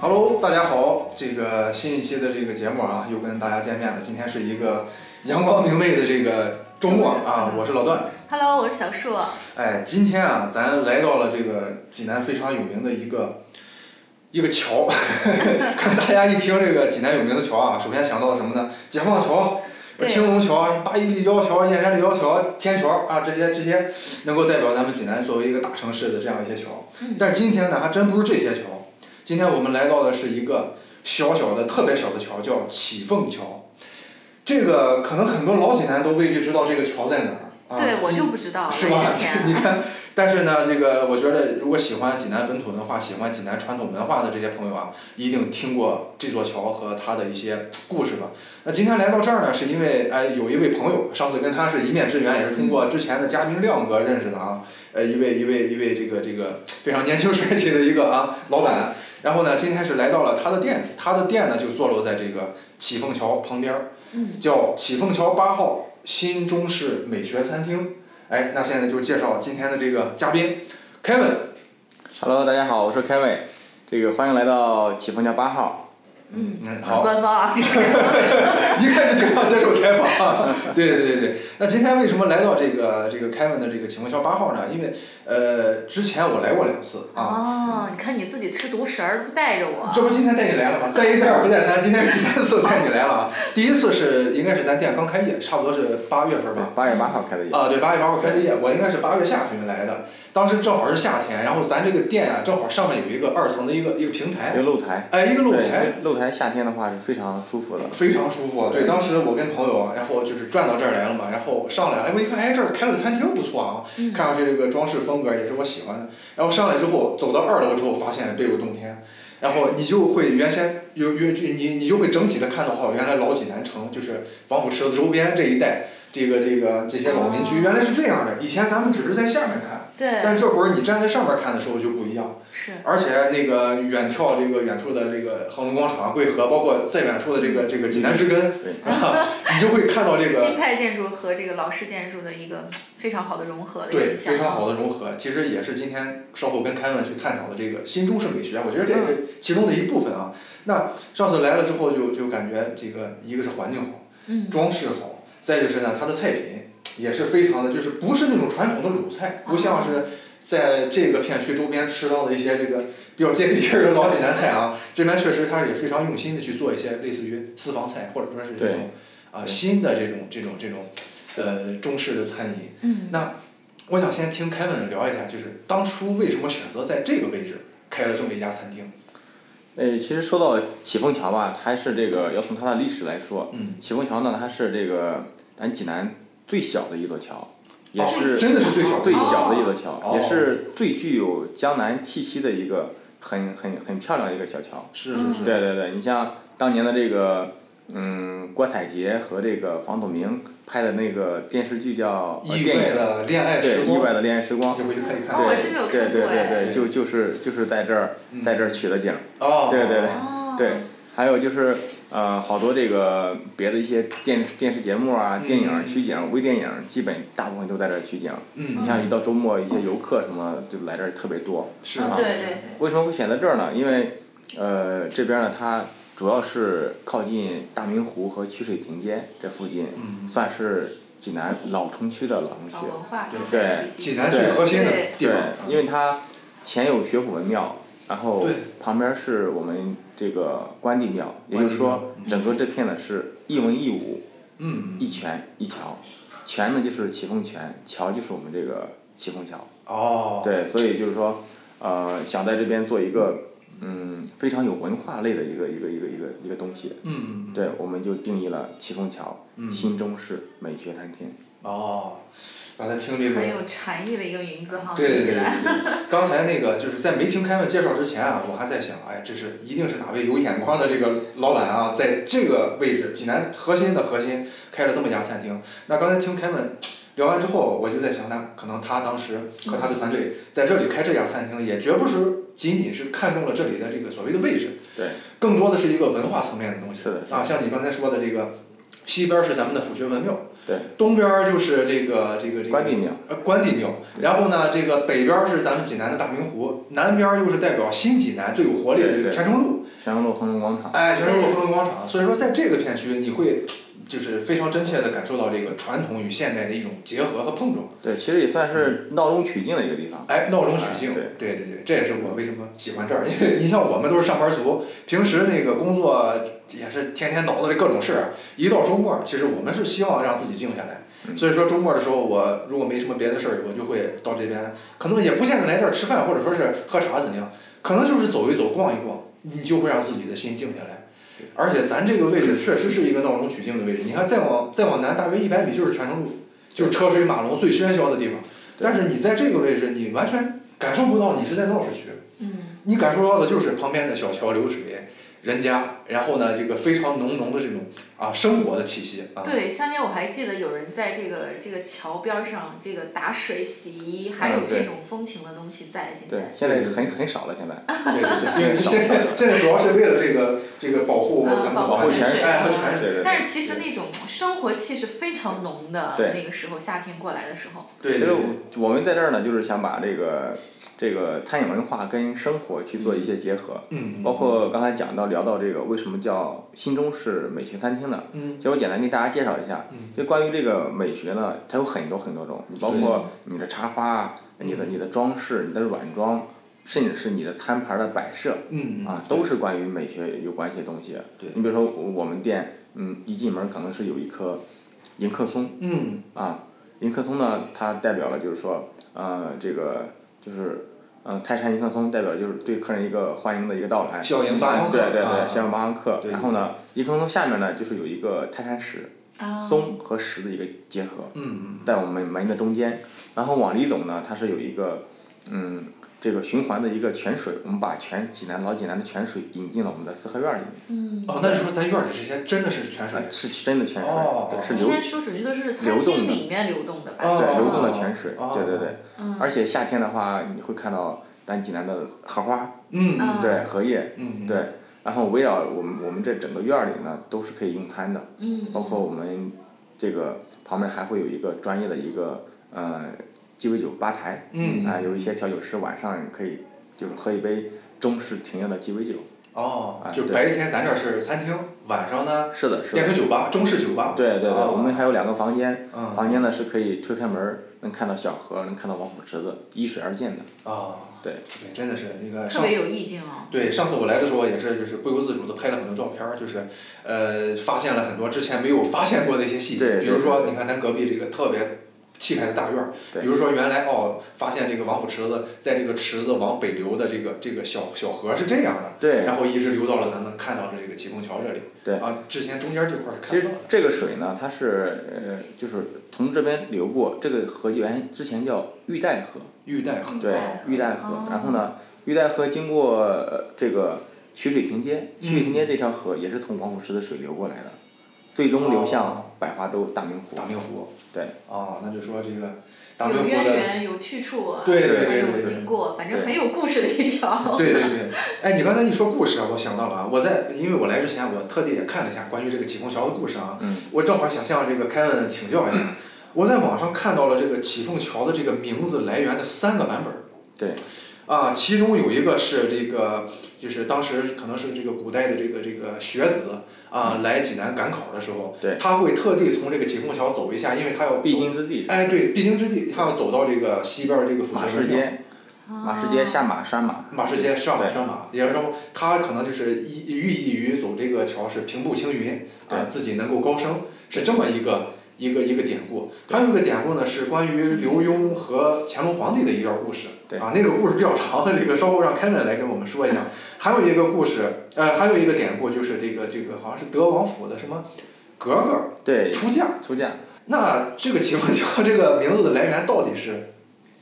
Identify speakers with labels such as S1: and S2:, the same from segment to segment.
S1: Hello，大家好，这个新一期的这个节目啊，又跟大家见面了。今天是一个阳光明媚的这个周末啊，我是老段。
S2: Hello，我是小树。
S1: 哎，今天啊，咱来到了这个济南非常有名的一个一个桥， 看大家一听这个济南有名的桥啊，首先想到什么呢？解放桥、
S2: 对
S1: 青龙桥、八一立交桥、燕山立交桥、天桥啊，这些这些能够代表咱们济南作为一个大城市的这样一些桥。
S2: 嗯
S1: 但今天呢，还真不是这些桥。今天我们来到的是一个小小的、特别小的桥，叫启凤桥。这个可能很多老济南都未必知道这个桥在哪儿啊。
S2: 对，我
S1: 今
S2: 就不知道了。
S1: 是吧
S2: 之？前
S1: 你看，但是呢，这个我觉得，如果喜欢济南本土文化、喜欢济南传统文化的这些朋友啊，一定听过这座桥和它的一些故事吧。那今天来到这儿呢，是因为哎，有一位朋友，上次跟他是一面之缘，也是通
S2: 嗯
S1: 过之前的嘉宾亮哥认识的啊，呃，一位一位一位这个这个非常年轻 帅气的一个啊老板。然后呢，今天是来到了他的店，他的店呢就坐落在这个启凤桥旁边儿。
S2: 嗯，
S1: 叫启凤桥八号新中式美学餐厅。哎，那现在就介绍今天的这个嘉宾，Kevin。
S3: Hello，大家好，我是 Kevin，这个欢迎来到启风桥八号。
S2: 嗯，
S1: 嗯，
S2: 很
S1: 好，
S2: 官方啊，这个
S1: 一看就经常接受采访啊。对对对对，那今天为什么来到这个这个 Kevin 的这个启凤桥八号呢？因为呃，之前我来过两次啊。
S2: 哦，你看你自己吃独食儿，不带着
S3: 哦
S2: 我。
S1: 这不今天带你来了吗？再一再二不再三，今天是第三次带你来了啊！第一次是应该是咱店刚开业，差不多是八月份吧
S3: 对，，八月八号开的业。
S1: 啊，对，八月八号开的业，我应该是八月下旬来的，当时正好是夏天，然后咱这个店啊，正好上面有一个二层的一个一个平
S3: 一
S1: 台，
S3: 个露台。
S1: 哎，一个露
S3: 对，其
S1: 台，
S3: 实露台夏天的话是非常舒服的。
S1: 非常舒服。啊对，当时我跟朋友，啊然后就是转到这儿来了嘛，然后上来，哎，我一看，哎，这儿开了个餐厅，不错啊，
S2: 嗯
S1: 看上去这个装饰风格也是我喜欢的。然后上来之后，走到二楼之后，发现别有洞天。然后你就会原先有有就你你就会整体的看到哦，原来老济南城就是王府池周边这一带，这个这个这些老民居原来是这样的。以前咱们只是在下面看，
S2: 哦对，
S1: 但这会儿你站在上面看的时候就不一样。
S2: 是，
S1: 而且那个远眺这个远处的这个恒隆广场、桂河，包括再远处的这个这个济南之根，啊
S3: 对，
S1: 你就会看到这个
S2: 新派建筑和这个老式建筑的一个非常好的融合的哦
S1: 对，
S2: 景象。
S1: 非常好的融合，其实也是今天稍后跟凯文去探讨的这个新中式美学，我觉得这也
S2: 嗯
S1: 是其中的一部分啊。那上次来了之后就就感觉这个一个是环境好，
S2: 嗯，
S1: 装饰好，再就是呢它的菜品也是非常的，就是不是那种传统的鲁菜，不
S2: 哦
S1: 像是在这个片区周边吃到的一些这个比较接地气儿的老济南菜啊。这边确实它也非常用心的去做一些类似于私房菜，或者说是这种啊、
S3: 对
S1: 新的这种这种这种呃中式的餐饮。
S2: 嗯，
S1: 我想先听凯文聊一下，就是当初为什么选择在这个位置开了这么一家餐厅？
S3: 呃，其实说到启风桥吧，它是这个要从它的历史来说，
S1: 嗯，
S3: 启风桥呢，它是这个咱济南最小的一座桥，也
S1: 哦
S3: 是
S1: 真的是最小的
S3: 最小的一座桥，
S1: 哦
S3: 也是最具有江南气息的一个很很很漂亮的一个小桥。
S1: 是
S2: 是是
S3: 对对对，你像当年的这个，嗯，郭采洁和这个房祖名拍的那个电视剧叫呃
S1: 意
S3: 电
S1: 外
S3: 影，
S1: 的恋爱时
S3: 对，意
S1: 光，
S3: 外的恋爱时光，
S1: 你回去可以看。
S2: 嗯哦，我
S3: 对
S2: 真没有
S3: 对
S2: 看
S3: 对
S2: 过哎。
S3: 对对，就就是就是在这儿
S1: 嗯
S3: 在这儿取的景，
S1: 哦，
S3: 对对对
S2: 哦，
S3: 对，还有就是呃，好多这个别的一些电视电视节目啊、
S1: 嗯
S3: 电影取景、微电影，基本大部分都在这儿取景。你
S1: 嗯，
S3: 像一到周末，一些游客什么就来这儿特别多。
S1: 是
S2: 嗯
S1: 吗？
S2: 对对对。
S3: 为什么会选择这儿呢？因为，呃，这边呢，它主要是靠近大明湖和曲水亭街这附近，
S1: 嗯，
S3: 算是济南老城区的老城
S2: 老
S3: 区。
S2: 文化
S1: 对
S2: 都在这里
S1: 济
S2: 聚集。
S1: 南最核心的地
S3: 对
S1: 方，，
S3: 因为它前有学府文庙，然后
S1: 对
S3: 旁边是我们这个关帝庙，也
S1: 关帝
S3: 就是说
S1: 庙，嗯
S3: 整个这片呢是一文一武、
S1: 嗯，
S3: 一泉一桥，泉呢就是启凤泉，桥就是我们这个启凤桥。
S1: 哦，
S3: 对，所以就是说，呃，想在这边做一个嗯非常有文化类的一个一个一个一个一个东西。
S1: 嗯，嗯，
S3: 对，我们就定义了启凤桥、
S1: 嗯
S3: 新中式美学餐厅。
S1: 哦，刚才听这个
S2: 很有禅意的一个名字哈，
S1: 对对
S2: 听
S1: 对
S2: 起
S1: 对
S2: 来。
S1: 对，刚才那个就是在没听凯文介绍之前啊，我还在想，哎，这是一定是哪位有眼光的这个老板啊，在这个位置，济南核心的核心开了这么一家餐厅。那刚才听凯文聊完之后，我就在想，那可能他当时和他的团队在这里开这家餐厅，也绝不是仅仅是看中了这里的这个所谓的位置，
S3: 对，
S1: 更多的是一个文化层面的东西。
S3: 是的是的
S1: 啊，像你刚才说的这个。西边是咱们的抚恤文庙，
S3: 对，
S1: 东边就是这个这个这个
S3: 关帝庙，
S1: 呃关帝庙，然后呢，这个北边是咱们济南的大明湖，南边又是代表新济南最有活力的这个
S3: 对对啊
S1: 泉城路，
S3: 泉城路恒隆广场，
S1: 哎，泉城路恒隆广场。所以说，在这个片区，你会就是非常真切的感受到这个传统与现代的一种结合和碰撞，
S3: 对，其实也算
S1: 嗯
S3: 是闹中取静的一个地方。
S1: 哎，闹中取静。
S3: 哎对
S1: 对对对，这也是我为什么喜欢这儿，因 为你像我们都是上班族，平时那个工作也是天天脑子里各种事儿，一到周末，其实我们是希望让自己静下来。
S3: 嗯
S1: 所以说周末的时候，我如果没什么别的事儿，我就会到这边，可能也不见得来这儿吃饭或者说是喝茶怎样，可能就是走一走、逛一逛，你就会让自己的心静下来
S3: 对。
S1: 而且咱这个位置确实是一个闹中取静的位置，你看再往再往南大约一百米就是泉城路，就是车水马龙最喧嚣的地方。
S3: 对
S1: 但是你在这个位置，你完全感受不到你是在闹市区。
S2: 嗯
S1: 你感受到的就是旁边的小桥流水、人家，然后呢，这个非常浓浓的这种啊生活的气息 啊。
S2: 对，夏天我还记得有人在这个这个桥边儿上这个打水洗衣，还有
S3: 嗯
S2: 这
S3: 对
S2: 种风情的东西在现
S3: 对
S2: 在，。
S3: 现在很很少了，现在。
S1: 对对 对，因为现在现在主要是为了这个这个保护咱
S2: 嗯
S1: 们的
S2: 保护
S1: 环境
S3: 泉水
S1: 哎和
S2: 啊
S1: 泉水。
S3: 对对对。
S2: 但是其实那种生活气是非常浓的，
S3: 对
S2: 那个时候夏天过来的时候，
S1: 对
S3: 其实
S1: 对
S3: 我我们在这儿呢，就是想把这个这个餐饮文化跟生活去做一些结合，
S1: 嗯，
S3: 包括刚才讲到聊到这个为什么叫新中式美学餐厅呢？
S1: 嗯
S3: 其实我简单给大家介绍一下，
S1: 嗯
S3: 就关于这个美学呢，它有很多很多种，你包括
S1: 嗯
S3: 你的插花啊，你的你的装饰，你的软装，甚至是你的餐盘的摆设
S1: 嗯
S3: 啊，都是关于美学有关系的东西。
S1: 对
S3: 你比如说我我们店，嗯，一进门可能是有一棵迎客松。
S1: 嗯
S3: 啊，迎客松呢，它代表了就是说，呃，这个就是，嗯、泰山迎客松代表就是对客人一个欢迎的一个到来。
S1: 小迎八方客
S3: 对对
S1: 啊
S3: 对，小迎八方客。
S1: 对
S3: 然后呢，迎客松下面呢就是有一个泰山石，
S2: 啊，
S3: 松和石的一个结合，
S1: 嗯
S3: 在我们门的中间。然后往里走呢，它是有一个，嗯，这个循环的一个泉水，我们把泉济南老济南的泉水引进了我们的四合院里面。
S2: 嗯，
S1: 哦，那就说咱院里这些真的是泉水
S3: 呃，是真的泉水，
S1: 哎哦
S3: 对，是
S2: 应
S3: 流
S2: 该说准确的是餐
S3: 流动
S2: 厅
S3: 的
S2: 里面流动的吧？
S1: 哦
S3: 对流动的
S1: 哦
S3: 泉水，
S1: 哦
S3: 对对对。
S2: 嗯，
S3: 而且夏天的话，你会看到咱济南的荷花，
S1: 嗯
S2: 啊
S1: 嗯
S3: 对，荷叶，
S1: 嗯
S3: 对。然后围绕我们我们这整个院儿里呢，都是可以用餐的，
S2: 嗯，
S3: 包括我们这个旁边还会有一个专业的一个呃鸡尾酒吧台，
S1: 嗯
S3: 啊、有一些调酒师晚上可以就是喝一杯中式停药的鸡尾酒。
S1: 哦
S3: 啊，
S1: 就
S3: 对
S1: 白天咱这儿是餐厅，晚上呢
S3: 是的，是
S1: 变
S3: 的。
S1: 成酒吧，中式酒吧。
S3: 对对对，
S1: 哦
S3: 我们还有两个房间，
S1: 嗯
S3: 房间呢是可以推开门儿能看到小河，能看到王府池子，依水而建的。
S1: 哦，
S3: 对
S1: 对，真的是那个
S2: 特
S1: 上次
S2: 别有意境哦。
S1: 对，上次我来的时候也是，就是不由自主的拍了很多照片儿，就是，呃，发现了很多之前没有发现过的一些细节，
S3: 对
S1: 比如
S3: 对
S1: 说
S3: 对
S1: 你看咱隔壁这个特别气派的大院儿，
S3: 对
S1: 比如说原来哦，发现这个王府池子在这个池子往北流的这个这个小小河是这样的，
S3: 对，
S1: 然后一直流到了咱们看到的这个祁凤桥这里，
S3: 对
S1: 啊，之前中间这块儿是
S3: 其
S1: 看
S3: 实
S1: 不到的，
S3: 这个水呢，它是呃，就是从这边流过，这个河原之前叫玉带河，
S1: 玉带
S2: 嗯
S1: 河，
S2: 哦
S3: 对，玉带河。然后呢，玉带河经过、呃这个曲水亭街，
S1: 嗯
S3: 曲水亭街这条河也是从王府池的水流过来的，最终流
S1: 哦
S3: 向百花洲大明湖。
S1: 大明湖，
S3: 对，
S1: 哦，那就说这个大明
S2: 有
S1: 湖
S2: 渊
S1: 的，
S2: 源，有去处啊，
S1: 对对对
S2: 还有
S1: 对对
S2: 经过，反正
S3: 对
S2: 很有故事的一 条。
S1: 对对对，哎，你刚才一说故事啊，我想到了啊，我在因为我来之前，啊我特地也看了一下关于这个启凤桥的故事啊，
S3: 嗯
S1: 我正好想向这个凯文请教一 下，我在网上看到了这个启凤桥的这个名字来源的三个版本儿。
S3: 对，
S1: 啊，其中有一个是这个，就是当时可能是这个古代的这个这个学子啊，来济南赶考的时候，
S3: 嗯对
S1: 他会特地从这个启凤桥走一下，因为他要
S3: 必
S1: 走，
S3: 经之地，
S1: 哎，对，必经之地，他要走到这个西边儿这个府学
S3: 马
S1: 文
S3: 市
S1: 庙
S3: 街，马市街下马山马。
S1: 马士街上马
S3: 对
S1: 上马，也就是说，它可能就是意寓意于走这个桥是平步青云，
S3: 对
S1: 啊，自己能够高升，是这么一个一个一个典故。还有一个典故呢，是关于刘墉和乾隆皇帝的一段故事。
S3: 对
S1: 啊，那个故事比较长， 这个稍后让 Ken 来跟我们说一下。还有一个故事，呃，还有一个典故就是这个这个好像是德王府的什么格格
S3: 对，
S1: 出嫁。
S3: 出嫁。
S1: 那这个秦凤桥这个名字的来源到底是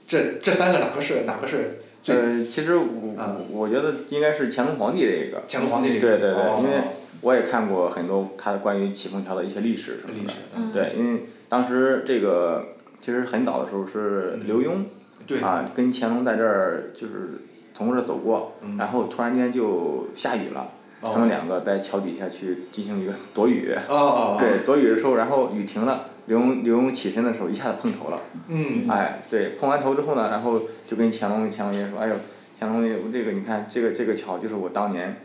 S1: 这这三个哪个是哪个是最
S3: 呃，其实我、
S1: 啊
S3: 我觉得应该是乾隆皇帝这个。
S1: 乾隆皇帝这个？
S3: 对对对
S1: 哦
S3: 因为我也看过很多他关于启凤桥的一些历史什么
S1: 历
S3: 的
S1: 史。，
S2: 嗯，
S3: 对，因为当时这个其实很早的时候是刘墉、
S1: 嗯对，
S3: 啊，跟乾隆在这儿就是从这儿走过，
S1: 嗯
S3: 然后突然间就下雨了，
S1: 哦
S3: 他们两个在桥底下去进行一个躲雨。
S1: 哦哦，哦，
S3: 对，躲雨的时候，然后雨停了，刘墉刘墉起身的时候一下子碰头了，
S1: 嗯，
S3: 哎，对，碰完头之后呢，然后就跟乾隆乾隆爷说，哎呦，乾隆爷，我这个你看这个这个桥就是我当年，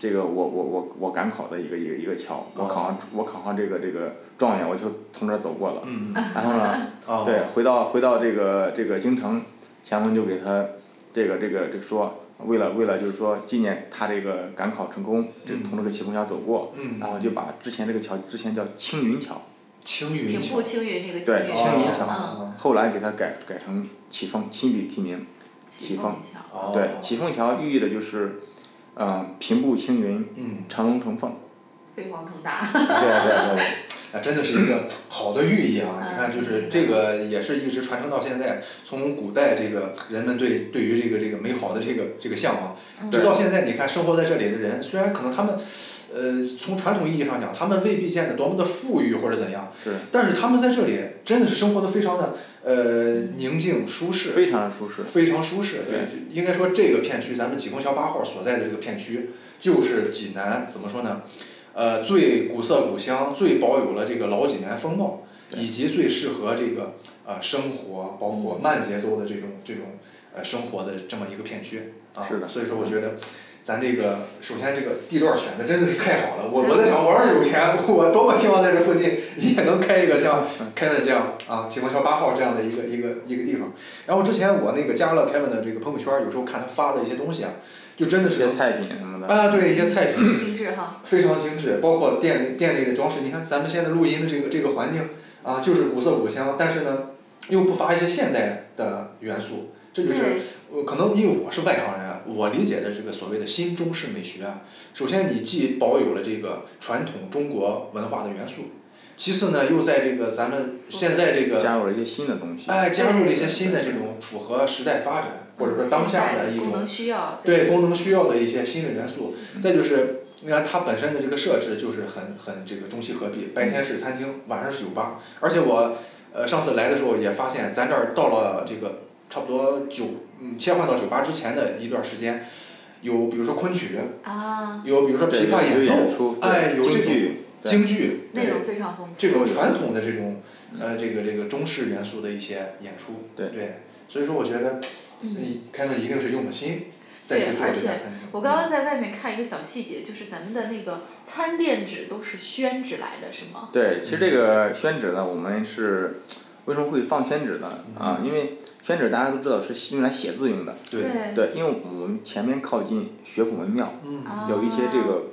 S3: 这个我我我我赶考的一个一个一个桥，我考
S1: 哦
S3: 上我考上这个这个状元，我就从这儿走过了，
S1: 嗯，
S3: 然后呢，
S1: 哦，
S3: 对，回到回到这个这个京城，乾隆就给他这个这个这个说，为了为了就是说纪念他这个赶考成功，这
S1: 嗯
S3: 从这个祁红桥走过，
S1: 嗯，
S3: 然后就把之前这个桥之前叫青云桥，
S1: 青云
S2: 平
S1: 桥
S2: 步青云那个
S3: 嗯对
S2: 云
S1: 哦
S3: 青云
S2: 桥，
S3: 桥
S2: 嗯，
S3: 后来给它改改成启凤，亲笔提名。起
S2: 凤
S3: 凤
S2: 桥，
S1: 哦，
S3: 对，启凤桥寓意的就是，嗯、平步青云，
S1: 嗯，
S3: 乘龙乘凤。
S2: 飞黄腾达，
S3: 对对对
S1: 啊，真的是一个好的寓意啊！
S2: 嗯
S1: 你看，就是这个也是一直传承到现在，从古代这个人们对对于这个这个美好的这个这个向往，
S2: 嗯
S1: 直到现在，你看生活在这里的人，虽然可能他们，呃，从传统意义上讲，他们未必见得多么的富裕或者怎样，
S3: 对，
S1: 但是他们在这里真的是生活的非常的呃宁静舒
S3: 是
S1: 适。
S3: 非常的舒适。
S1: 非常舒适，
S3: 对，
S1: 应该说这个片区，咱们济公桥八号所在的这个片区，就是济南怎么说呢？呃，最古色古香，最保有了这个老济南风貌，
S3: 对嗯
S1: 以及最适合这个呃生活，包括慢节奏的这种这种呃生活的这么一个片区啊。
S3: 是的
S1: 所以说，我觉得咱这个首先这个地段选的真的是太好了。
S3: 嗯
S1: 我我在想，我要是有钱，我多么希望在这附近也能开一个像
S3: 嗯
S1: Kevin 这样啊，济公桥八号这样的一个一个一个地方。然后之前我那个加了 Kevin 的这个朋友圈，有时候看他发的一些东西啊，就真的
S3: 一
S1: 是
S3: 些菜品什么的，
S1: 啊，对一些菜品
S2: 精致哈，
S1: 非常精致，包括店里店里的装饰。你看咱们现在录音的这个这个环境啊，就是古色古香，但是呢，又不乏一些现代的元素。这就是
S2: 对，
S1: 我可能因为我是外行人啊，我理解的这个所谓的新中式美学啊，首先你既保有了这个传统中国文化的元素，其次呢又在这个咱们现在这个
S3: 加入了一些新的东西。
S1: 哎加入了一些新的这种符合时代发展或者说当下的一
S2: 功
S1: 种
S2: 能需要，嗯
S1: 对功能需要的一些新的元素，再就是你看它本身的这个设置就是很很这个中西合璧，白天是餐厅，晚上是酒吧，而且我呃上次来的时候也发现咱这儿到了这个差不多九嗯切换到酒吧之前的一段时间，有比如说昆曲，
S2: 啊，
S1: 有比如说
S3: 对，
S1: 琵琶
S3: 有
S1: 演
S3: 演
S1: 奏，
S3: 出，
S1: 哎有这
S3: 对京
S1: 种
S3: 剧，对
S1: 京剧
S2: 内容非常丰富，
S1: 这种传统的这种呃这个这个中式元素的一些演出，
S3: 对
S1: 所以说我觉得
S2: 嗯。
S1: 你开门一定是用了心再
S2: 对
S1: 去做
S2: 而
S1: 这家
S2: 且
S1: 餐厅。
S2: 我刚刚在外面看一个小细节，就是咱们的那个餐垫纸都是宣纸来的，是吗？
S3: 对，
S1: 嗯
S3: 其实这个宣纸呢，我们是为什么会放宣纸呢？
S1: 嗯
S3: 啊，因为宣纸大家都知道是用来写字用的。
S1: 对
S3: 对，因为我们前面靠近学府门庙，
S1: 嗯
S2: 啊
S3: 有一些这个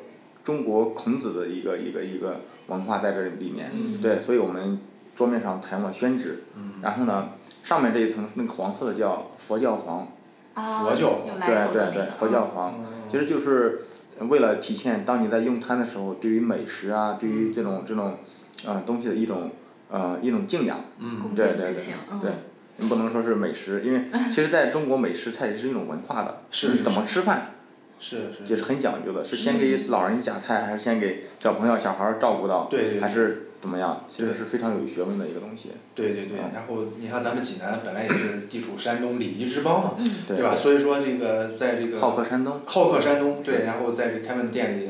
S3: 中国孔子的一个一个一个文化在这里面。
S2: 嗯
S3: 对，所以我们桌面上采用了宣纸，
S1: 嗯
S3: 然后呢，上面这一层是那个黄色的叫佛教黄，
S2: 啊，
S1: 佛教
S2: 有来
S3: 对
S2: 头
S3: 对
S2: 的那
S3: 对
S2: 个，啊嗯
S3: 佛教
S1: 哦
S3: 黄，其实就是为了体现当你在用餐的时候，对于美食啊，对于这
S1: 嗯
S3: 种这种呃东西的一种呃一种敬仰，
S1: 嗯
S2: 恭
S3: 对
S2: 敬
S3: 对
S2: 之
S3: 对
S2: 情，
S3: 对
S2: 嗯，。
S3: 你不能说是美 食，因为其实在中国美食它也是一种文化的，
S1: 是
S3: 你怎么吃饭
S1: 是是，
S3: 也是很讲究的，是先给老人夹菜，还是先给小朋友小孩儿照顾到，
S1: 对对
S3: 还是怎么样？其实
S1: 对
S3: 是非常有学问的一个东西。
S1: 对对对。
S3: 嗯
S1: 然后你看咱们济南本来也是地处山东礼仪之邦嘛，
S2: 嗯
S3: 对
S1: 对吧？所以说这个在这个
S3: 好客山东，
S1: 好客山东，对，然后在这开门店里。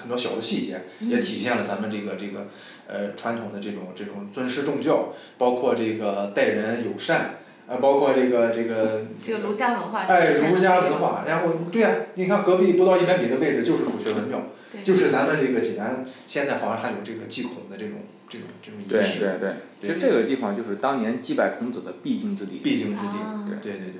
S1: 很多小的细节
S2: 嗯
S1: 也体现了咱们这个这个呃传统的这种这种尊师重教，包括这个待人友善，呃，包括这个这个
S2: 这个儒家文化，
S1: 哎，儒家文，化，然后对呀、你看隔壁不到一百米的位置就是府学文庙，
S2: 对
S1: 就是咱们这个济南现在好像还有这个祭孔的这种这种这种
S3: 对
S1: 仪式，
S3: 对对，其实这个地方就是当年祭拜孔子的必经之地。
S1: 必经之地。
S2: 啊
S1: 对对对，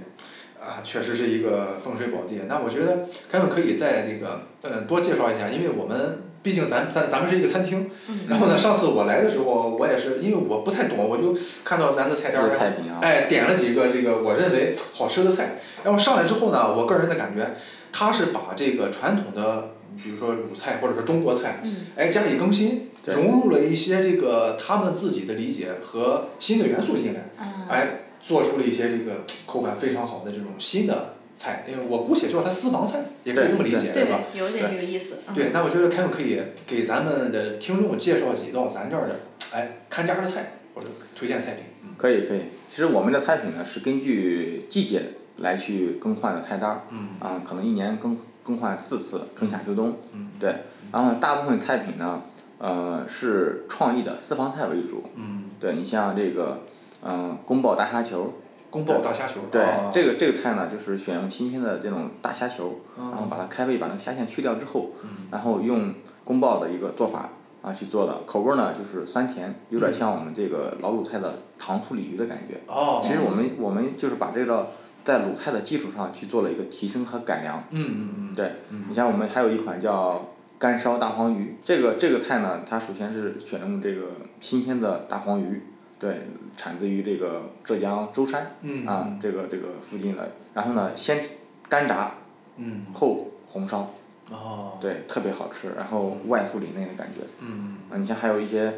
S1: 啊，确实是一个风水宝地。那我觉得凯文可以在这个呃多介绍一下，因为我们毕竟咱咱咱们是一个餐厅，
S2: 嗯，
S1: 然后呢，上次我来的时候，我也是因为我不太懂，我就看到咱的菜单儿
S3: 这，个菜 品啊，
S1: 哎，点了几个这个我认为好吃的菜，然后上来之后呢，我个人的感觉，他是把这个传统的，比如说鲁菜或者说中国菜，
S2: 嗯，
S1: 哎加以更新，
S3: 对
S1: 融入了一些这个他们自己的理解和新的元素进来，
S2: 啊，
S1: 哎，做出了一些这个口感非常好的这种新的菜，因为我姑且叫它私房菜，也可以这么理解，对吧？
S2: 对，有点这个意思，嗯，
S1: 对，那我觉得凯文可以给咱们的听众介绍几道咱这儿的，哎，看家的菜或者推荐菜品，嗯
S3: 可以可以。其实我们的菜品呢是根据季节来去更换的菜单儿，
S1: 嗯
S3: 啊，可能一年更更换四次，春夏秋冬。
S1: 嗯
S3: 对，然后大部分菜品呢，呃，是创意的私房菜为主。
S1: 嗯，
S3: 对你像这个，嗯、宫保大虾球，
S1: 宫爆大虾球，
S3: 对、
S1: 啊
S3: 这个这个菜呢，就是选用新鲜的这种大虾球，然后
S1: 嗯
S3: 把它开胃，把那个虾线去掉之后，
S1: 嗯
S3: 然后用宫爆的一个做法啊去做的，口味呢就是酸甜，
S1: 嗯
S3: 有点像我们这个老鲁菜的糖醋鲤鱼的感觉。
S1: 哦，
S3: 其实我们我们就是把这个在鲁菜的基础上去做了一个提升和改良。
S1: 嗯嗯嗯，
S3: 对，
S1: 嗯
S3: 你像我们还有一款叫干烧大黄鱼，这个这个菜呢，它首先是选用这个新鲜的大黄鱼，对，产自于这个浙江舟山
S1: 嗯
S3: 啊
S1: 嗯
S3: 这个这个附近的，然后呢先干炸
S1: 嗯
S3: 后红烧，
S1: 哦，
S3: 对，特别好吃，然后外酥里嫩的感觉。
S1: 嗯
S3: 啊，你像还有一些，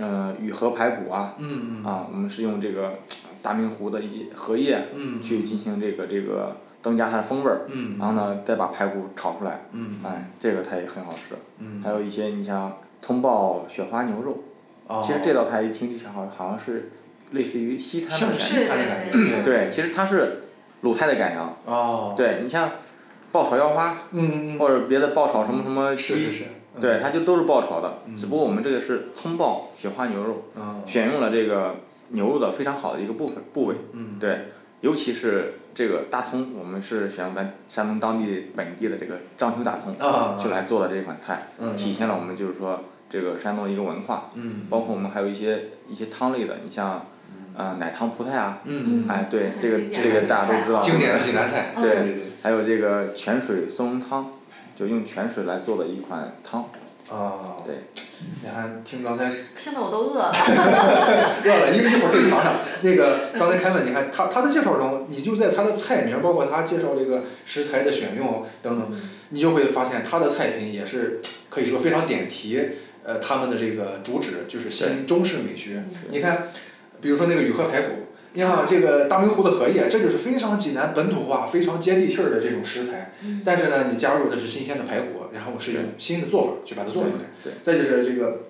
S3: 嗯、雨荷排骨啊，
S1: 嗯嗯
S3: 啊，我们是用这个大明湖的一些荷叶
S1: 嗯
S3: 去进行这个这个增加它的风味儿，
S1: 嗯
S3: 然后呢再把排骨炒出来，
S1: 嗯
S3: 哎，这个它也很好吃。
S1: 嗯
S3: 还有一些你像葱爆雪花牛肉，
S1: 哦
S3: 其实这道菜一听就像好好像是类似于西餐
S1: 像
S3: 的
S1: 是
S3: 感
S1: 西餐的感觉，
S3: 觉，对，其实它是鲁菜的改良。
S1: 哦，
S3: 对你像爆炒腰花
S1: 嗯嗯嗯，
S3: 或者别的爆炒什么什么
S1: 是
S3: 鸡
S1: 是，是，嗯
S3: 对，，它就都是爆炒的，
S1: 嗯
S3: 只不过我们这个是葱爆雪花牛肉，
S1: 嗯
S3: 选用了这个牛肉的非常好的一个部分部位，
S1: 嗯
S3: 对，尤其是这个大葱，我们是选用咱山东当地本地的这个章丘大葱
S1: 啊
S3: 去来做的这款菜，
S1: 嗯
S3: 体现了我们就是说这个山东的一个文化，
S1: 嗯
S3: 包括我们还有一些一些汤类的，你像呃奶汤葡菜啊，
S1: 嗯
S3: 哎对
S2: 很
S3: 这个
S2: 经典
S3: 这个
S2: 的
S3: 大家都知道
S1: 经典的济南菜，
S2: 嗯
S1: 对对，
S3: 还有这个泉水松茸汤，就用泉水来做的一款汤，
S1: 啊，
S3: 对，
S1: 你看听刚才
S2: 听得我都饿 了。
S1: 饿了，一一会儿可以尝尝。那个刚才凯文，你看他他的介绍中，你就在他的菜名，包括他介绍这个食材的选用等等，你就会发现他的菜品也是可以说非常点题。呃，他们的这个主旨就是新中式美学。你看，比如说那个雨荷排骨，你看啊这个大明湖的荷叶，这就是非常济南本土化、非常接地气儿的这种食材。
S2: 嗯
S1: 但是呢，你加入的是新鲜的排骨，然后是用新的做法去把它做出来。
S3: 对，
S1: 再就是这个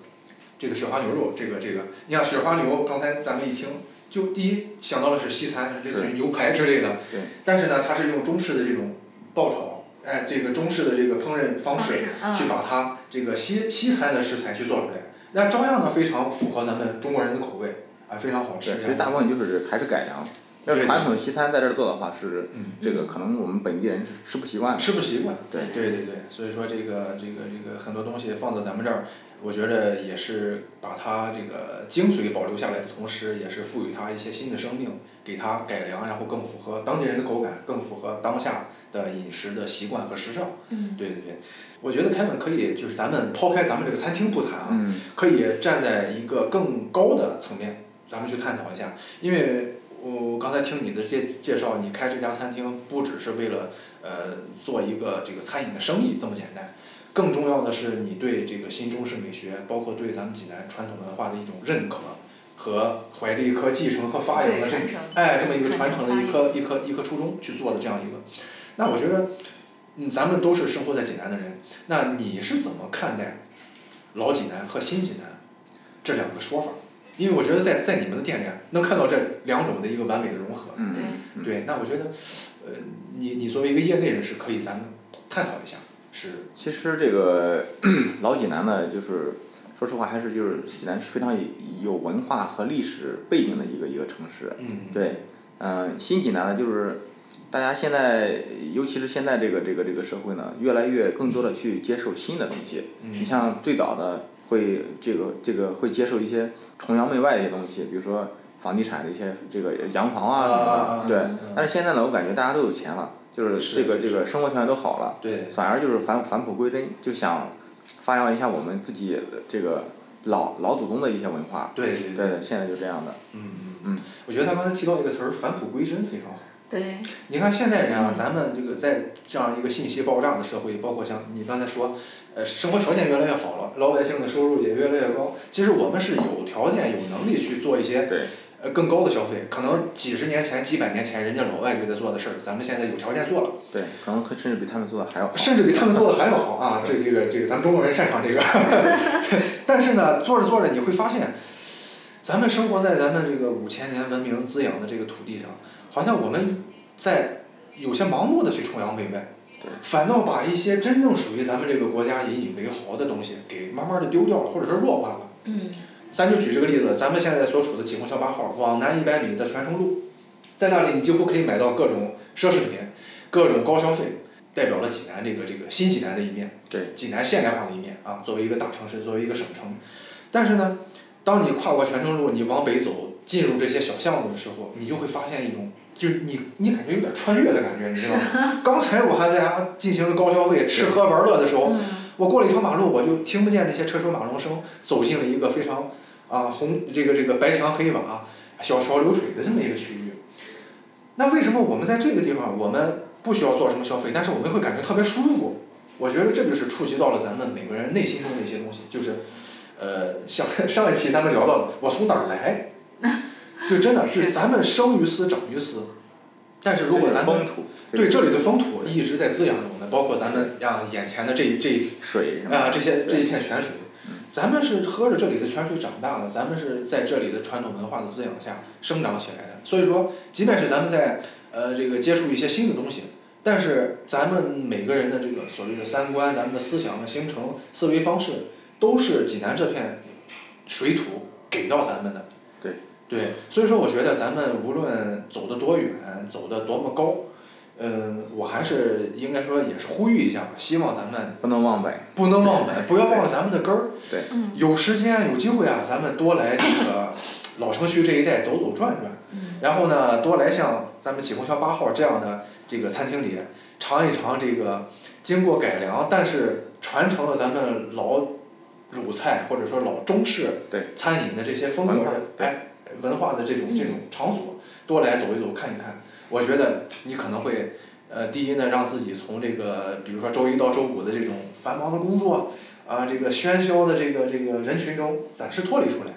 S1: 这个雪花牛肉，这个这个，你看雪花牛，刚才咱们一听，就第一想到的是西餐，类似于牛排之类的，
S3: 对，
S1: 但是呢，它是用中式的这种爆炒，哎，这个中式的这个烹饪方式，
S2: 方式
S1: 去把它这个西西餐的食材去做出来，那照样呢非常符合咱们中国人的口味，啊，非常好吃
S3: 对，。其实大部分就是还是改良。要是
S1: 对
S3: 传统的西餐在这儿做的话，是
S1: 嗯
S3: 这个可能我们本地人是吃不习惯的。
S1: 吃不习惯。
S3: 对
S1: 对对对，所以说这个这个这个很多东西放到咱们这儿，我觉得也是把它这个精髓保留下来的同时，也是赋予它一些新的生命，给它改良，然后更符合当地人的口感，更符合当下的饮食的习惯和时尚。
S2: 嗯
S1: 对对对，我觉得凯文可以就是咱们抛开咱们这个餐厅不谈啊，
S3: 嗯，
S1: 可以站在一个更高的层面，咱们去探讨一下。因为我刚才听你的介介绍，你开这家餐厅不只是为了呃做一个这个餐饮的生意这么简单，更重要的是你对这个新中式美学，包括对咱们济南传统文化的一种认可。和怀着一颗继承和发扬的
S2: 对
S1: 这
S2: 传承
S3: 呃
S1: 哎这么一个传承
S2: 传承
S1: 的一
S2: 发
S1: 颗一颗一颗初衷去做的这样一个，那我觉得，嗯，咱们都是生活在济南的人，那你是怎么看待老济南和新济南这两个说法？因为我觉得在在你们的店里啊能看到这两种的一个完美的融合。
S3: 嗯
S2: 对
S3: 嗯
S1: 对，那我觉得，呃，你你作为一个业内人士，可以咱们探讨一下，是
S3: 其实这个 老济南呢，就是说实话，还是就是济南是非常有有文化和历史背景的一个一个城市。
S1: 嗯
S3: 对，嗯、新济南呢，就是大家现在，尤其是现在这个这个这个社会呢，越来越更多的去接受新的东西。你
S1: 嗯
S3: 像最早的会这个这个会接受一些崇洋媚外的一些东西，比如说房地产的一些这个洋房啊什
S1: 啊啊啊
S3: 么的，对
S1: 嗯。
S3: 但是现在呢，我感觉大家都有钱了，就是
S1: 是
S3: 这个
S1: 是
S3: 这个生活条件都好了，
S1: 对
S3: 反而就是返返璞归真，就想发扬一下我们自己这个老老祖宗的一些文化。
S1: 对对对，
S3: 对，现在就这样的。
S1: 嗯
S3: 嗯，
S1: 我觉得他刚才提到一个词儿“返璞归真”非常好。
S2: 对，
S1: 你看现在人啊，咱们这个在这样一个信息爆炸的社会，包括像你刚才说，呃，生活条件越来越好了，老百姓的收入也越来越高。其实我们是有条件、有能力去做一些
S3: 对
S1: 呃更高的消费。可能几十年前、几百年前，人家老外就在做的事儿，咱们现在有条件做了，
S3: 对，可能甚至比他们做的还要好。
S1: 甚至比他们做的还要好啊！这这个这个，咱们中国人擅长这个。 但是呢，做着做着你会发现，咱们生活在咱们这个五千年文明滋养的这个土地上，好像我们在有些盲目的去崇洋媚外。反倒把一些真正属于咱们这个国家引以为豪的东西给慢慢的丢掉了，或者是弱化了。
S2: 嗯
S1: 咱就举这个例子，咱们现在所处的启宏小八号往南一百米的全程路，在那里你几乎可以买到各种奢侈品，各种高消费，代表了济南这个这个新济南的一面，
S3: 对，
S1: 济南现代化的一面啊，作为一个大城市，作为一个省城，但是呢，当你跨过全程路，你往北走，进入这些小巷子的时候，你就会发现一种。就你，你感觉有点穿越的感觉，你知道吗？刚才我还在家进行了高消费、吃喝玩乐的时候，
S2: 嗯
S1: 我过了一条马路，我就听不见这些车水马龙声，走进了一个非常啊红这个这个白墙黑瓦、小桥流水的这么一个区域。那为什么我们在这个地方我们不需要做什么消费，但是我们会感觉特别舒服？我觉得这就是触及到了咱们每个人内心中的一些东西，就是呃，像上一期咱们聊到了我从哪儿来，就真的是
S2: 是
S1: 咱们生于斯长于斯，但是如果咱们
S3: 风土，
S1: 对这
S3: 里
S1: 里的风土一直在滋养着我们，包括咱们呀眼前的这一这一
S3: 水什么
S1: 啊、
S3: 的，
S1: 这些这
S3: 对
S1: 一
S3: 嗯
S1: 片泉水，咱们是喝着这里的泉水长大的，咱们是在这里的传统文化的滋养下生长起来的。所以说，即便是咱们在呃这个接触一些新的东西，但是咱们每个人的这个所谓的三观、咱们的思想的形成、思维方式，都是济南这片水土给到咱们的。
S3: 对。
S1: 对，所以说我觉得咱们无论走得多远，走得多么高，嗯，我还是应该说也是呼吁一下吧，希望咱们
S3: 不能忘本。
S1: 不能忘本，不要忘了咱们的根儿。
S3: 对
S2: 嗯
S1: 有时间有机会啊，咱们多来这个老城区这一带走走转转，
S2: 嗯
S1: 然后呢，多来像咱们启宏桥八号这样的这个餐厅里尝一尝这个经过改良，但是传承了咱们老鲁菜或者说老中式
S3: 对
S1: 餐饮的这些风格
S3: 文化
S1: 的
S3: 对
S1: 哎文化的这种
S2: 嗯
S1: 这种场所，多来走一走看一看，我觉得你可能会。呃，第一呢，让自己从这个，比如说周一到周五的这种繁忙的工作，啊，这个喧嚣的这个这个人群中暂时脱离出来，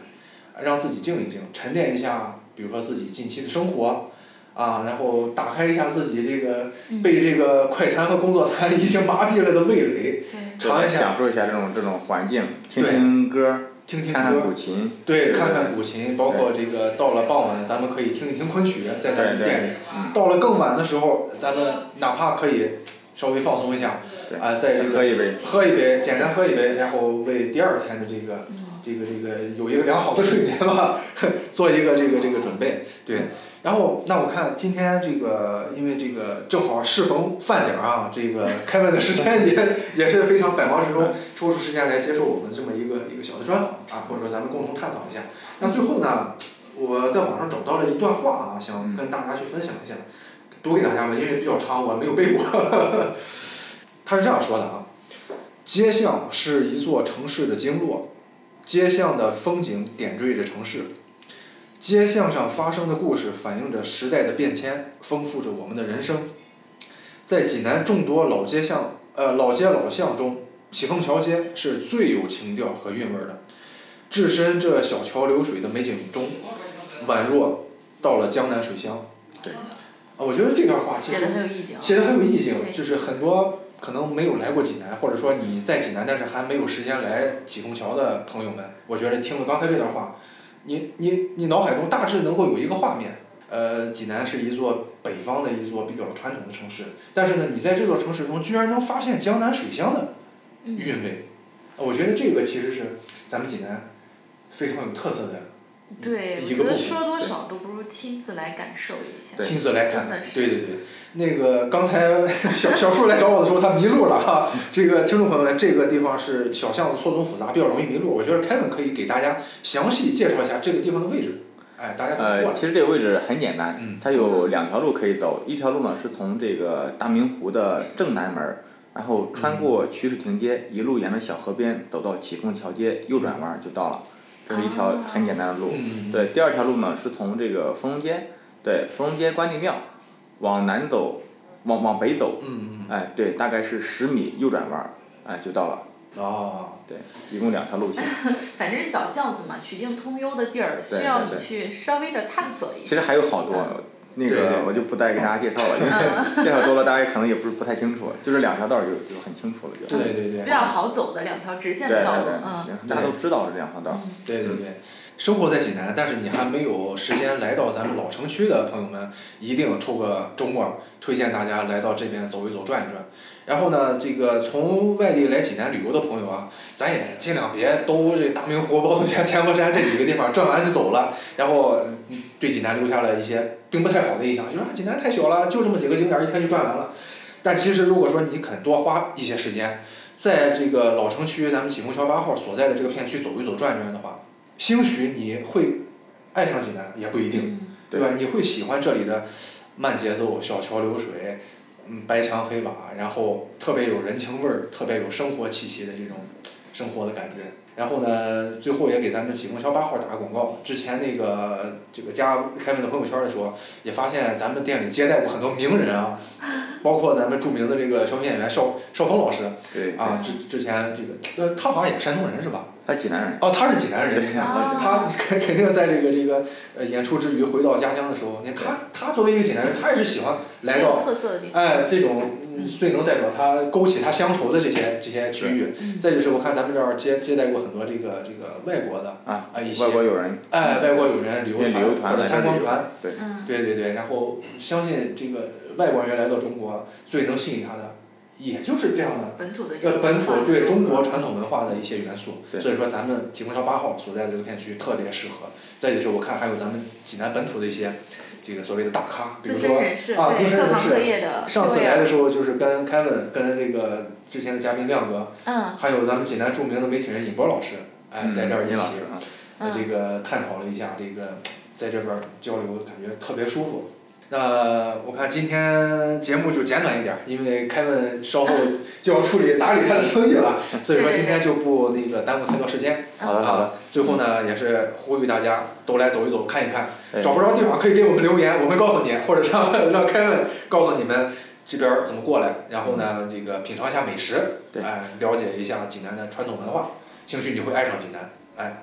S1: 啊让自己静一静，沉淀一下，比如说自己近期的生活，啊，然后打开一下自己这个
S2: 嗯
S1: 被这个快餐和工作餐已经麻痹了的味蕾，
S2: 对
S1: 尝一下，
S3: 享受一下这种这种环境，听
S1: 对
S3: 听歌，
S1: 听听
S3: 看看
S1: 歌，
S3: 古琴，
S1: 对，
S3: 对
S1: 看看古琴，包括这个到了傍晚，咱们可以听一听昆曲，在咱们
S3: 对对
S1: 店里。
S3: 嗯，
S1: 到了更晚的时候，咱们哪怕可以稍微放松一下，
S3: 对
S1: 啊，在这个
S3: 喝一杯，
S1: 喝一杯，简单喝一杯，然后为第二天的这个
S2: 嗯
S1: 这个这个有一个良好的睡眠吧， 做一个这个这个准备。对，然后那我看今天这个，因为这个正好适逢饭点儿啊，这个开饭的时间也也是非常百忙之中，抽出时间来接受我们这么一个一个小的专访啊，或者说咱们共同探讨一下。那最后呢，我在网上找到了一段话啊，想
S3: 嗯
S1: 跟大家去分享一下，读给大家吧，因为比较长，我没有背过。他是这样说的啊。街巷是一座城市的经络，街巷的风景点缀着城市，街巷上发生的故事反映着时代的变迁，丰富着我们的人生。在济南众多老街巷，呃老街老巷中，启凤桥街是最有情调和韵味儿的。置身这小桥流水的美景中，宛若到了江南水乡。
S3: 对
S1: 啊，我觉得这段话其
S2: 写
S1: 实
S2: 的很有意境啊。
S1: 写的很有意境，
S2: 对
S1: 就是很多可能没有来过济南，或者说你在济南但是还没有时间来启虹桥的朋友们，我觉得听了刚才这段话，你你你脑海中大致能够有一个画面。呃，济南是一座北方的一座比较传统的城市，但是呢，你在这座城市中居然能发现江南水乡的
S2: 嗯，
S1: 韵味，呃我觉得这个其实是咱们济南非常有特色的，
S2: 对，我
S1: 一
S2: 觉
S1: 个
S2: 得
S1: 部分
S2: 说多少都不如亲自来感受一下。
S3: 对
S1: 亲自来看
S2: 真的是
S1: 对对对，那个刚才 小小树来找我的时候，他迷路了哈。这个听众朋友们，这个地方是小巷子错综复杂，比较容易迷路。我觉得 Kevin 可以给大家详细介绍一下这个地方的位置，哎，大家怎么过
S3: 呃，
S1: 来？
S3: 其实这个位置很简单，
S1: 嗯
S3: 它有两条路可以走，一条路呢是从这个大明湖的正南门儿，然后
S1: 嗯
S3: 穿过曲水亭街，一路沿着小河边走到启凤桥街，右转弯儿就到了，这是一条
S2: 哦
S3: 很简单的路。
S1: 嗯，
S3: 对，第二条路呢是从这个芙蓉街，对，芙蓉街关帝庙，往南走，往往北走，
S1: 嗯，嗯
S3: 哎，对，大概是十米右转弯儿，哎就到了，
S1: 嗯哦，
S3: 对，一共两条路线。
S2: 反正小巷子嘛，曲径通幽的地儿，需
S3: 对
S2: 要你
S3: 对
S2: 去稍微的探索一
S3: 其
S2: 下。
S3: 实还有好多，
S2: 嗯
S3: 那
S1: 对对
S3: 个我就不再给大家介绍了，因为 介绍多了大家可能也不是不太清楚，就是两条道儿就就很清楚了，就
S1: 对
S3: 对
S1: 对对
S2: 比较好走的两条直线
S3: 对
S2: 的道路，
S3: 对
S2: 嗯，
S3: 大家都知道是两条道儿，
S1: 对对对，生活在济南，但是你还没有时间来到咱们老城区的朋友们，一定抽个周末，推荐大家来到这边走一走、转一转。然后呢，这个从外地来济南旅游的朋友啊，咱也尽量别都这大明湖、包头泉、千佛山这几个地方转完就走了，然后嗯对济南留下了一些并不太好的印象，就说啊济南太小了，就这么几个景点儿一天就转完了。但其实如果说你肯多花一些时间，在这个老城区咱们启虹桥八号所在的这个片区走一走、转一转的话，兴许你会爱上济南，也不一定。
S2: 嗯
S1: 对吧？你会喜欢这里的慢节奏、小桥流水，嗯，白墙黑瓦，然后特别有人情味儿、特别有生活气息的这种生活的感觉。然后呢，最后也给咱们启虹桥八号打个广告。之前那个这个加凯文的朋友圈的时候，也发现咱们店里接待过很多名人啊，包括咱们著名的这个小品演员邵邵峰老师
S3: 对，
S1: 啊，之之前这个，呃，他好像也是山东人是吧？
S3: 他济南人，
S1: 哦，他是济南人，
S3: 对
S1: 你看
S2: 哦
S1: 他肯肯定在这个这个呃演出之余回到家乡的时候，你看他他作为一个济南人，他也是喜欢来
S2: 很有
S1: 到
S2: 特色的地方。
S1: 哎这种嗯最能代表他勾起他乡愁的这些这些区域。
S2: 嗯
S1: 再就是我看咱们这儿接接待过很多这个这个外国的呃
S3: 啊
S1: 一些
S3: 外国友人，
S1: 哎外国友人旅游
S3: 旅游
S1: 团或
S3: 团来
S1: 者
S3: 这
S1: 参
S3: 旅
S1: 观
S3: 游
S1: 团，，
S3: 对，
S2: 嗯，
S1: 对对对，然后相信这个外国人来到中国最能吸引他的，也就是这样的
S2: 本土的这
S1: 这
S2: 个
S1: 本
S2: 文化
S1: 土对
S2: 融
S1: 中
S2: 合
S1: 国传统文化的一些元素，
S3: 对
S1: 所以说咱们济虹桥八号所在的这个片区特别适合。再就是我看还有咱们济南本土的一些这个所谓的大咖，比
S2: 资
S1: 如
S2: 深
S1: 说
S2: 人士，
S1: 啊资
S2: 对
S1: 深
S2: 各
S1: 人
S2: 行各
S1: 士。
S2: 业的
S1: 上次
S2: 对
S1: 来的时候就是跟 Kevin 跟这个之前的嘉宾亮哥，
S2: 嗯
S1: 还有咱们济南著名的媒体人尹波老师，哎，在这儿一
S3: 嗯尹
S1: 起
S3: 老师啊，
S1: 呃这
S2: 嗯，
S1: 个探讨了一下，这个在这边儿交流感觉特别舒服。那我看今天节目就简短一点儿，因为凯文稍后就要处理打理他的生意了，所以说今天就不那个耽误太多时
S2: 嗯
S1: 间。
S3: 好的好
S1: 啊
S3: 的，，
S1: 最后呢也是呼吁大家都来走一走，看一看，
S3: 哎
S1: 找不着地方可以给我们留言，我们告诉你，或者 让让凯文告诉你们这边儿怎么过来，然后呢这个品尝一下美食，
S3: 对
S1: 哎，了解一下济南的传统文化，兴许你会爱上济南，哎。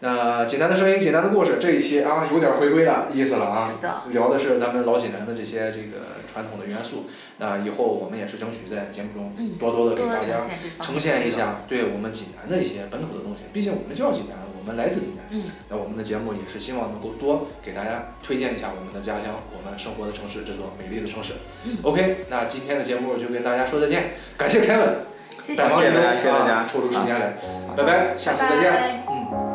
S1: 那济南的声音，济南的故事，这一期啊有点回归了意思了啊，
S2: 是的，
S1: 聊的是咱们老济南的这些这个传统的元素。那以后我们也是争取在节目中
S2: 嗯，
S1: 多多的
S2: 多
S1: 给大
S2: 呈
S1: 家
S2: 现这方面
S1: 呈现一，下对我们济南的一些本土的东西。毕竟我们就是济南，我们来自济南。
S2: 嗯，
S1: 那我们的节目也是希望能够多给大家推荐一下我们的家乡，我们生活的城市，这座美丽的城市。
S2: 嗯
S1: OK，那今天的节目就跟大家说再见，感谢 Kevin，
S2: 谢谢
S1: 百忙
S3: 谢
S1: 之
S3: 谢
S1: 中
S3: 大家谢谢大家
S1: 啊抽出时间来，
S3: 好
S1: 拜拜，下次再见，
S2: 拜拜
S1: 嗯。